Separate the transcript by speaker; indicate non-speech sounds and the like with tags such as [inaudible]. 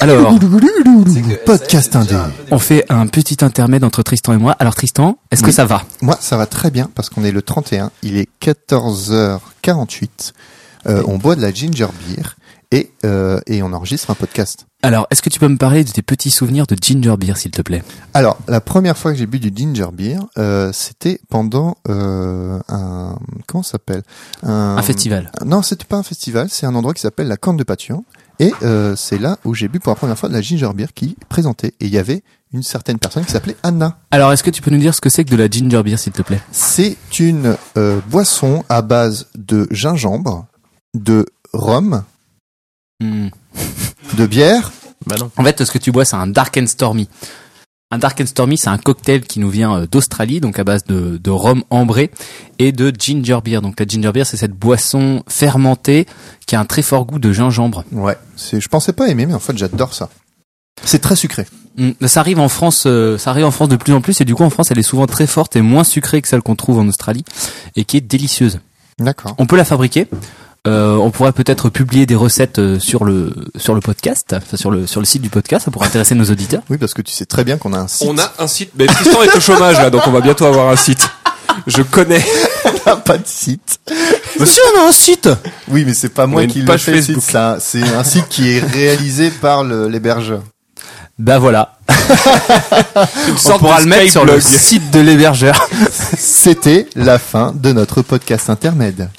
Speaker 1: Alors,
Speaker 2: Podcast indé.
Speaker 1: on fait un petit intermède entre Tristan et moi. Alors Tristan, est-ce que
Speaker 2: Oui.
Speaker 1: ça va
Speaker 2: Moi, ça va très bien parce qu'on est le 31, il est 14h48. Euh, on boit de la ginger beer et, euh, et on enregistre un podcast.
Speaker 1: Alors, est-ce que tu peux me parler de tes petits souvenirs de ginger beer, s'il te plaît
Speaker 2: Alors, la première fois que j'ai bu du ginger beer, euh, c'était pendant euh, un comment ça s'appelle
Speaker 1: Un
Speaker 3: Euh,
Speaker 1: festival.
Speaker 2: Non, c'était pas un festival, c'est un endroit qui s'appelle la Corne de Pâture. Et euh, c'est là où j'ai bu pour la première fois de la ginger beer qui présentait. Et il y avait une certaine personne qui s'appelait Anna.
Speaker 1: Alors, est-ce que tu peux nous dire ce que c'est que de la ginger beer, s'il te plaît
Speaker 2: C'est une euh, boisson à base de gingembre, de rhum, de bière.
Speaker 3: Hmm. Bah non.
Speaker 1: En fait, ce que tu bois, c'est un Dark and Stormy. Un Dark and Stormy, c'est un cocktail qui nous vient euh, d'Australie, donc à base de, de rhum ambré et de ginger beer. Donc la ginger beer, c'est cette boisson fermentée qui a un très fort goût de gingembre.
Speaker 2: Ouais. C'est, je pensais pas aimer, mais en fait j'adore ça. C'est très sucré.
Speaker 1: Mm, Ça arrive en France, euh, ça arrive en France de plus en plus et du coup en France elle est souvent très forte et moins sucrée que celle qu'on trouve en Australie et qui est délicieuse.
Speaker 2: D'accord.
Speaker 1: On peut la fabriquer. Euh, on pourrait peut-être publier des recettes euh, sur le sur le podcast, enfin, sur le sur le site du podcast, ça pourrait intéresser nos auditeurs.
Speaker 2: Oui, parce que tu sais très bien qu'on a un site.
Speaker 3: On a un site. Mais Tristan est au chômage là, donc on va bientôt avoir un site. Je connais.
Speaker 2: n'a pas de site.
Speaker 1: si on a un site.
Speaker 2: Oui, mais c'est pas moi
Speaker 3: a une
Speaker 2: qui le
Speaker 3: page
Speaker 2: fais. le site,
Speaker 3: Facebook.
Speaker 2: ça. C'est un site qui est réalisé par le- [laughs] l'hébergeur.
Speaker 1: Bah voilà,
Speaker 3: Une
Speaker 1: on
Speaker 3: sorte
Speaker 1: pourra
Speaker 3: de
Speaker 1: le mettre
Speaker 3: Skype
Speaker 1: sur le
Speaker 3: blog.
Speaker 1: site de l'hébergeur.
Speaker 2: C'était la fin de notre podcast intermède.